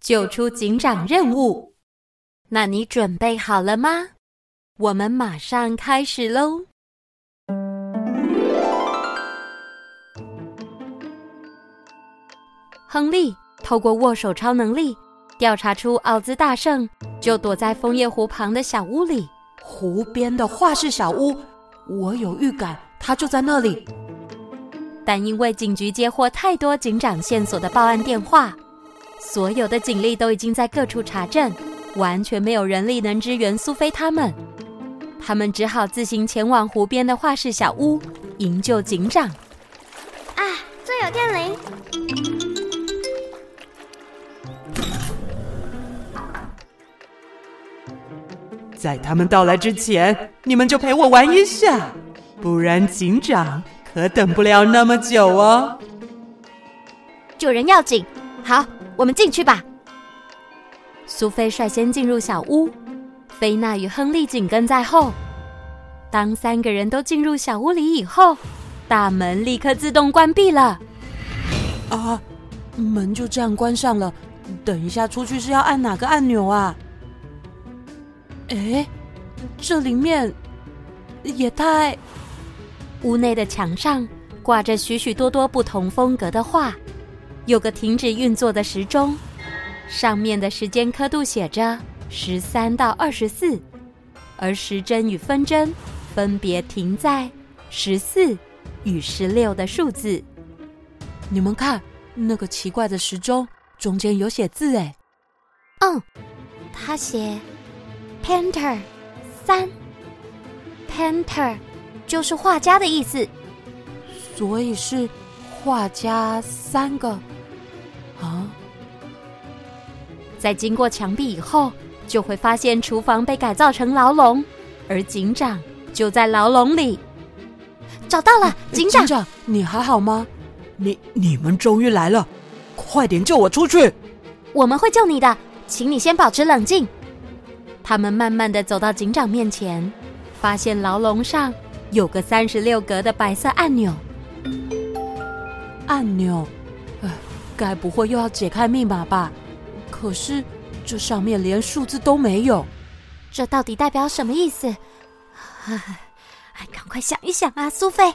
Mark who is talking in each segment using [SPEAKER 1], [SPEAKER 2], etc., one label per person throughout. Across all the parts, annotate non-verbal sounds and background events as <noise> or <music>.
[SPEAKER 1] 救出警长任务，那你准备好了吗？我们马上开始喽！亨利透过握手超能力调查出奥兹大圣就躲在枫叶湖旁的小屋里。
[SPEAKER 2] 湖边的画室小屋，我有预感他就在那里。
[SPEAKER 1] 但因为警局接获太多警长线索的报案电话。所有的警力都已经在各处查证，完全没有人力能支援苏菲他们。他们只好自行前往湖边的画室小屋营救警长。
[SPEAKER 3] 啊，这有电铃！
[SPEAKER 4] 在他们到来之前，你们就陪我玩一下，不然警长可等不了那么久哦。
[SPEAKER 1] 救人要紧，好。我们进去吧。苏菲率先进入小屋，菲娜与亨利紧跟在后。当三个人都进入小屋里以后，大门立刻自动关闭了。
[SPEAKER 2] 啊，门就这样关上了。等一下出去是要按哪个按钮啊？哎，这里面也太……
[SPEAKER 1] 屋内的墙上挂着许许多多不同风格的画。有个停止运作的时钟，上面的时间刻度写着十三到二十四，而时针与分针分别停在十四与十六的数字。
[SPEAKER 2] 你们看，那个奇怪的时钟中间有写字哎。
[SPEAKER 1] 嗯，他写 “painter 三 ”，“painter” 就是画家的意思，
[SPEAKER 2] 所以是画家三个。啊！
[SPEAKER 1] 在经过墙壁以后，就会发现厨房被改造成牢笼，而警长就在牢笼里。找到了，警长！
[SPEAKER 2] 警长，你还好吗？
[SPEAKER 4] 你你们终于来了，快点救我出去！
[SPEAKER 1] 我们会救你的，请你先保持冷静。他们慢慢的走到警长面前，发现牢笼上有个三十六格的白色按钮。
[SPEAKER 2] 按钮，呃。该不会又要解开密码吧？可是这上面连数字都没有，
[SPEAKER 1] 这到底代表什么意思？哎赶快想一想啊，苏菲！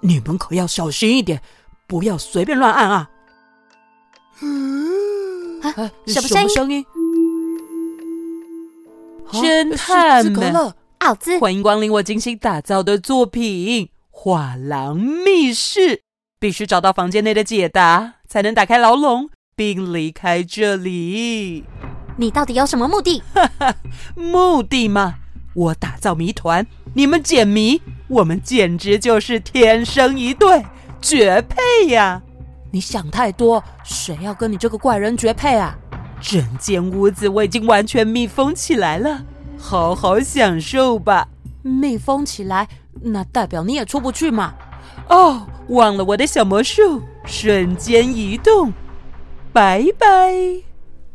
[SPEAKER 4] 你们可要小心一点，不要随便乱按啊！
[SPEAKER 1] 嗯，啊、
[SPEAKER 2] 什
[SPEAKER 1] 么
[SPEAKER 2] 声音？啊
[SPEAKER 4] 侦探们，
[SPEAKER 1] 奥兹，
[SPEAKER 4] <laughs> 欢迎光临我精心打造的作品《画廊密室》，必须找到房间内的解答。才能打开牢笼并离开这里。
[SPEAKER 1] 你到底有什么目的？
[SPEAKER 4] 目的嘛，我打造谜团，你们解谜，我们简直就是天生一对，绝配呀、啊！
[SPEAKER 2] 你想太多，谁要跟你这个怪人绝配啊？
[SPEAKER 4] 整间屋子我已经完全密封起来了，好好享受吧。
[SPEAKER 2] 密封起来，那代表你也出不去嘛。
[SPEAKER 4] 哦，忘了我的小魔术。瞬间移动，拜拜！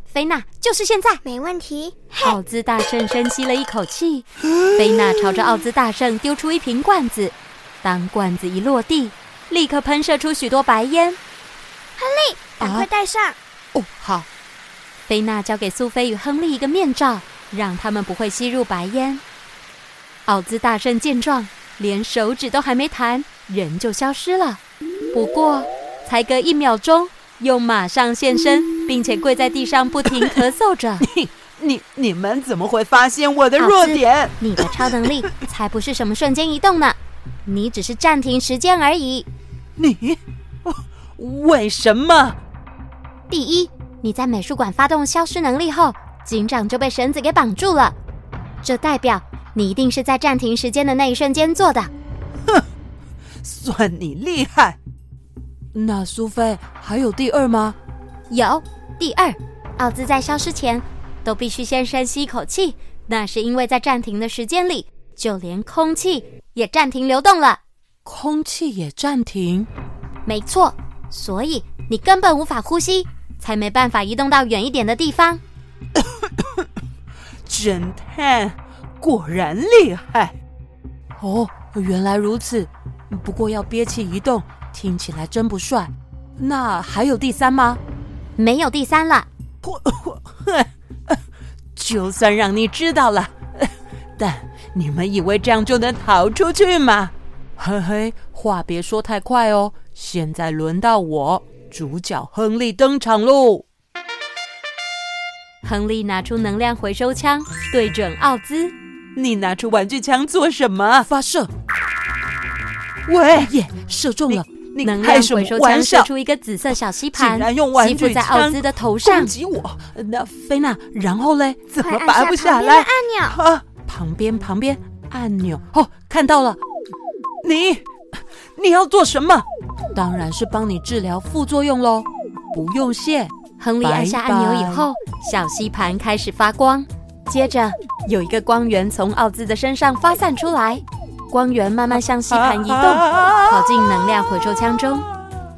[SPEAKER 1] 菲娜，就是现在，
[SPEAKER 3] 没问题。
[SPEAKER 1] 奥兹大圣深吸了一口气，菲娜朝着奥兹大圣丢出一瓶罐子。当罐子一落地，立刻喷射出许多白烟。
[SPEAKER 3] 亨利，赶快戴上、啊！
[SPEAKER 2] 哦，好。
[SPEAKER 1] 菲娜交给苏菲与亨利一个面罩，让他们不会吸入白烟。奥兹大圣见状，连手指都还没弹，人就消失了。不过。才隔一秒钟，又马上现身，并且跪在地上不停咳嗽着。
[SPEAKER 4] 你、你、你们怎么会发现我的弱点？
[SPEAKER 1] 你的超能力才不是什么瞬间移动呢，你只是暂停时间而已。
[SPEAKER 4] 你，为什么？
[SPEAKER 1] 第一，你在美术馆发动消失能力后，警长就被绳子给绑住了，这代表你一定是在暂停时间的那一瞬间做的。
[SPEAKER 4] 哼，算你厉害。
[SPEAKER 2] 那苏菲还有第二吗？
[SPEAKER 1] 有第二，奥兹在消失前都必须先深吸一口气，那是因为在暂停的时间里，就连空气也暂停流动了。
[SPEAKER 4] 空气也暂停。
[SPEAKER 1] 没错，所以你根本无法呼吸，才没办法移动到远一点的地方。
[SPEAKER 5] 侦探果然厉害，
[SPEAKER 4] 哦，原来如此。不过要憋气移动，听起来真不帅。那还有第三吗？
[SPEAKER 1] 没有第三了，
[SPEAKER 5] 就算让你知道了， <laughs> 但你们以为这样就能逃出去吗？
[SPEAKER 4] 嘿嘿，话别说太快哦。现在轮到我，主角亨利登场喽。
[SPEAKER 1] 亨利拿出能量回收枪，对准奥兹。
[SPEAKER 5] 你拿出玩具枪做什么？
[SPEAKER 4] 发射，
[SPEAKER 5] 喂，
[SPEAKER 4] 耶，射中了！
[SPEAKER 5] 你
[SPEAKER 1] 能
[SPEAKER 5] 开
[SPEAKER 1] 量
[SPEAKER 5] 什么
[SPEAKER 1] 回收
[SPEAKER 5] 玩
[SPEAKER 1] 枪射
[SPEAKER 5] 笑？
[SPEAKER 1] 出一个紫色小吸
[SPEAKER 5] 竟
[SPEAKER 1] 盘，
[SPEAKER 5] 然用玩
[SPEAKER 1] 吸附
[SPEAKER 5] 具
[SPEAKER 1] 在
[SPEAKER 5] 枪
[SPEAKER 1] 奥兹的头
[SPEAKER 5] <laughs>
[SPEAKER 1] 上
[SPEAKER 5] 攻。击我，
[SPEAKER 4] 那菲娜，然后嘞，
[SPEAKER 5] 怎
[SPEAKER 3] 快
[SPEAKER 5] 么
[SPEAKER 3] 按
[SPEAKER 5] 拔
[SPEAKER 3] 下
[SPEAKER 5] 不
[SPEAKER 3] 旁
[SPEAKER 5] 下
[SPEAKER 3] 边的
[SPEAKER 5] 来？
[SPEAKER 3] 按钮。
[SPEAKER 5] 啊，
[SPEAKER 4] 旁边旁边按钮，哦，看到了，
[SPEAKER 5] 你你要做什么？
[SPEAKER 4] 当然是帮你治疗副作用喽。不用谢，
[SPEAKER 1] 亨利
[SPEAKER 4] 拜
[SPEAKER 1] 按下按钮以
[SPEAKER 4] 拜
[SPEAKER 1] 后，小吸盘开始发光，接着有一个光源从奥兹的身上发散出来，光源慢慢向吸盘移动，
[SPEAKER 5] 啊
[SPEAKER 1] 跑进能量回收枪中，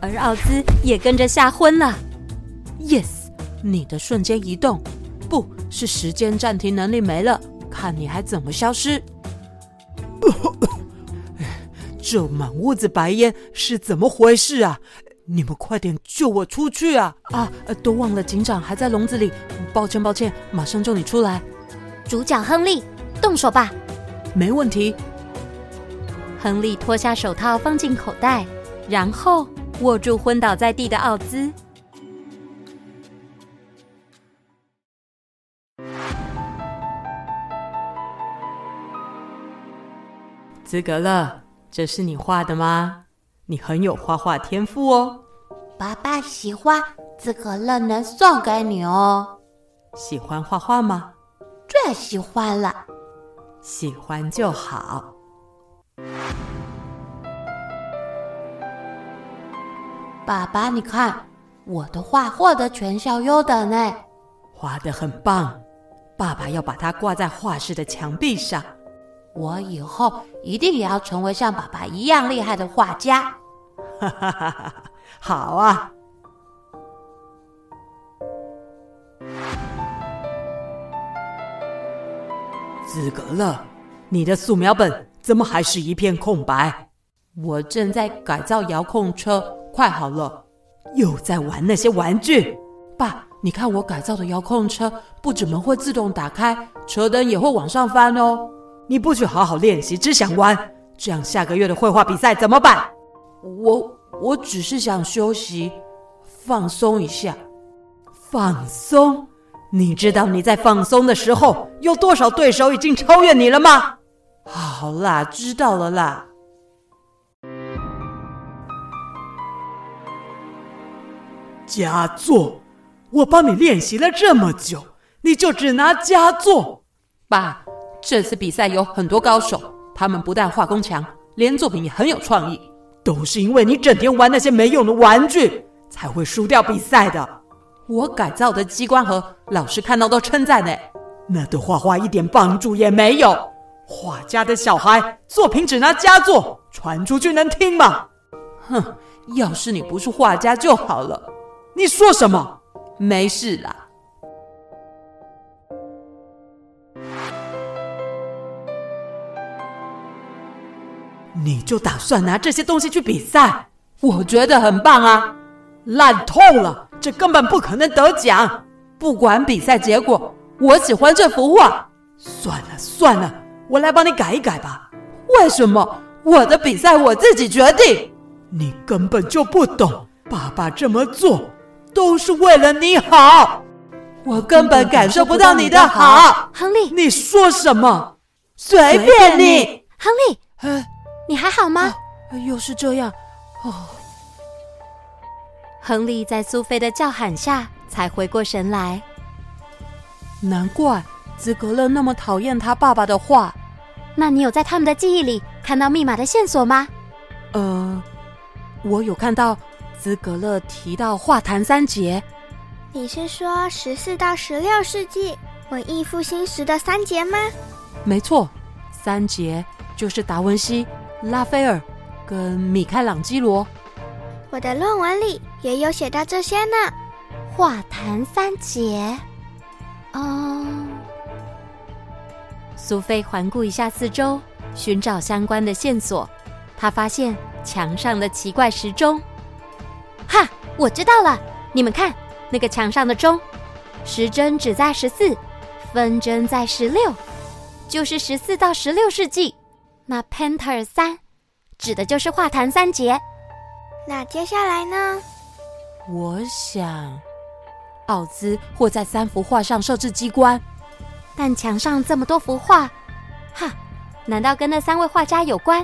[SPEAKER 1] 而奥兹也跟着吓昏了。
[SPEAKER 4] Yes，你的瞬间移动，不是时间暂停能力没了，看你还怎么消失。 <coughs>
[SPEAKER 5] 这满屋子白烟是怎么回事啊？你们快点救我出去啊！
[SPEAKER 4] 啊，呃都忘了警长还在笼子里，抱歉抱歉，马上救你出来，
[SPEAKER 1] 主角亨利，动手吧！
[SPEAKER 4] 没问题。
[SPEAKER 1] 亨利脱下手套放进口袋，然后握住昏倒在地的奥兹。
[SPEAKER 4] 资格了，这是你画的吗？你很有画画天赋哦，
[SPEAKER 6] 爸爸喜欢，资格乐能送给你哦，
[SPEAKER 4] 喜欢画画吗？
[SPEAKER 6] 最喜欢了。
[SPEAKER 4] 喜欢就好。
[SPEAKER 6] 爸爸，你看我的画获得全校优等呢。
[SPEAKER 4] 画得很棒，爸爸要把它挂在画室的墙壁上。
[SPEAKER 6] 我以后一定也要成为像爸爸一样厉害的画家。
[SPEAKER 5] 哈哈哈哈！ <laughs> 好啊，
[SPEAKER 4] 资格了，你的素描本怎么还是一片空白？我正在改造遥控车，快好了。又在玩那些玩具。爸，你看我改造的遥控车，不止门会自动打开，车灯也会往上翻哦。
[SPEAKER 5] 你不去好好练习，只想玩，这样下个月的绘画比赛怎么办？
[SPEAKER 4] 我我只是想休息，放松一下。
[SPEAKER 5] 放松？你知道你在放松的时候，有多少对手已经超越你了吗？
[SPEAKER 4] 好啦，知道了啦。
[SPEAKER 5] 佳作，我帮你练习了这么久，你就只拿佳作？
[SPEAKER 4] 爸，这次比赛有很多高手，他们不但画工强，连作品也很有创意。
[SPEAKER 5] 都是因为你整天玩那些没用的玩具，才会输掉比赛的。
[SPEAKER 4] 我改造的机关盒，老师看到都称赞呢。
[SPEAKER 5] 那对画画一点帮助也没有。画家的小孩作品只拿佳作，传出去能听吗？
[SPEAKER 4] 哼，要是你不是画家就好了。
[SPEAKER 5] 你说什么？
[SPEAKER 4] 没事啦，
[SPEAKER 5] 你就打算拿这些东西去比赛？
[SPEAKER 4] 我觉得很棒啊。
[SPEAKER 5] 烂透了，这根本不可能得奖。
[SPEAKER 4] 不管比赛结果，我喜欢这幅画。
[SPEAKER 5] 算了算了，我来帮你改一改吧。
[SPEAKER 4] 为什么？我的比赛我自己决定。
[SPEAKER 5] 你根本就不懂，爸爸这么做都是为了你好。
[SPEAKER 4] 我根本感受不到你的好，
[SPEAKER 1] 亨利，
[SPEAKER 5] 你说什么？
[SPEAKER 4] 随便你
[SPEAKER 5] 你。
[SPEAKER 1] 亨利，
[SPEAKER 4] 哎，
[SPEAKER 1] 你还好吗？
[SPEAKER 4] 又是这样，
[SPEAKER 1] 亨利在苏菲的叫喊下才回过神来。
[SPEAKER 4] 难怪资格勒那么讨厌他爸爸的画。
[SPEAKER 1] 那你有在他们的记忆里看到密码的线索吗？
[SPEAKER 4] 呃，我有看到资格勒提到画坛三杰，
[SPEAKER 3] 你是说十四到十六世纪？文艺复兴时的三杰吗？
[SPEAKER 4] 没错，三杰就是达文西、拉斐尔跟米开朗基罗。
[SPEAKER 3] 我的论文里也有写到这些呢。
[SPEAKER 6] 画坛三杰，
[SPEAKER 4] 哦
[SPEAKER 6] 嗯，
[SPEAKER 1] 苏菲环顾一下四周，寻找相关的线索。她发现墙上的奇怪时钟。哈，我知道了！你们看，那个墙上的钟，时针只在十四，分针在十六，就是十四到十六世纪。那 Painter 三指的就是画坛三杰。
[SPEAKER 3] 那接下来呢？
[SPEAKER 4] 我想，奥兹或在三幅画上设置机关。
[SPEAKER 1] 但墙上这么多幅画，哈，难道跟那三位画家有关？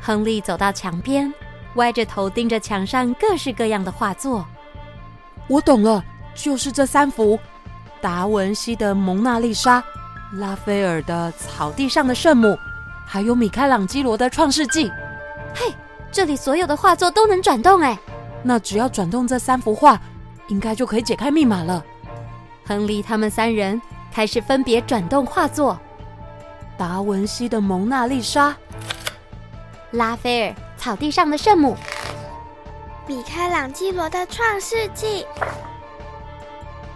[SPEAKER 1] 亨利走到墙边，歪着头盯着墙上各式各样的画作。
[SPEAKER 4] 我懂了，就是这三幅：达文西的《蒙娜丽莎》，拉斐尔的《草地上的圣母》，还有米开朗基罗的《创世纪》。
[SPEAKER 1] 嘿，这里所有的画作都能转动哎！
[SPEAKER 4] 那只要转动这三幅画，应该就可以解开密码了。
[SPEAKER 1] 亨利他们三人开始分别转动画作。
[SPEAKER 4] 达文西的《蒙娜丽莎》，
[SPEAKER 1] 拉斐尔《草地上的圣母》，
[SPEAKER 3] 米开朗基罗的《创世纪》，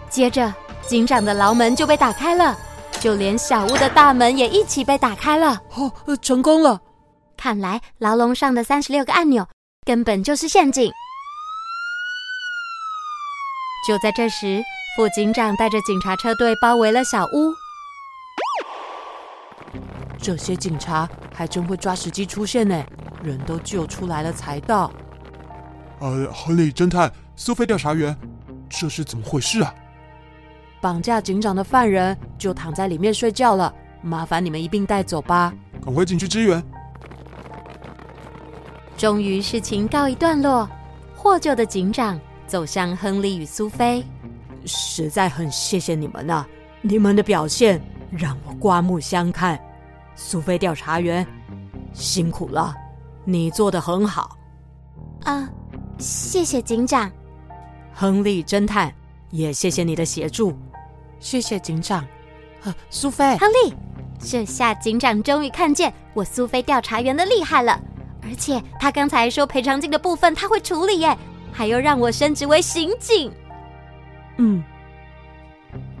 [SPEAKER 1] 接着警长的牢门就被打开了，就连小屋的大门也一起被打开了。
[SPEAKER 4] 哦，呃成功了！
[SPEAKER 1] 看来牢笼上的三十六个按钮根本就是陷阱。就在这时，副警长带着警察车队包围了小屋。
[SPEAKER 4] 这些警察还真会抓时机出现呢，人都救出来了才到。
[SPEAKER 7] 呃，亨利侦探，苏菲调查员，这是怎么回事啊？
[SPEAKER 4] 绑架警长的犯人就躺在里面睡觉了，麻烦你们一并带走吧。
[SPEAKER 7] 赶快进去支援！
[SPEAKER 1] 终于事情告一段落，获救的警长走向亨利与苏菲。
[SPEAKER 4] 实在很谢谢你们呐、你们的表现让我刮目相看。苏菲调查员，辛苦了，你做得很好。
[SPEAKER 1] 啊、谢谢警长。
[SPEAKER 4] 亨利侦探，也谢谢你的协助，谢谢警长。啊，苏菲，
[SPEAKER 1] 亨利，这下警长终于看见我苏菲调查员的厉害了，而且他刚才说赔偿金的部分他会处理耶，还要让我升职为刑警。
[SPEAKER 4] 嗯，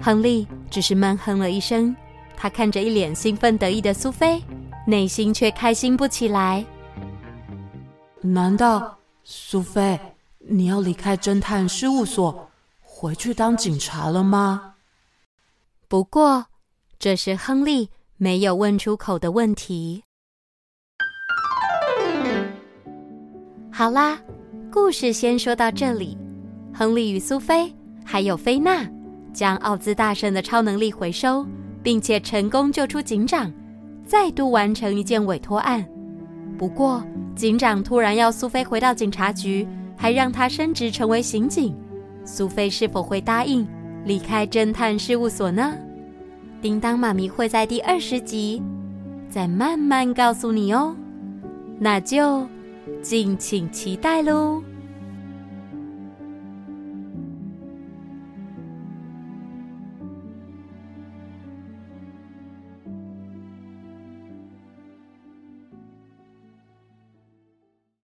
[SPEAKER 1] 亨利只是闷哼了一声，他看着一脸兴奋得意的苏菲，内心却开心不起来。
[SPEAKER 4] 难道苏菲你要离开侦探事务所，回去当警察了吗？
[SPEAKER 1] 不过，这是亨利没有问出口的问题。好啦，故事先说到这里。亨利与苏菲还有菲娜将奥兹大圣的超能力回收，并且成功救出警长，再度完成一件委托案。不过，警长突然要苏菲回到警察局，还让她升职成为刑警。苏菲是否会答应离开侦探事务所呢？叮当妈咪会在第二十集再哦慢慢告诉你哦，那就敬请期待喽。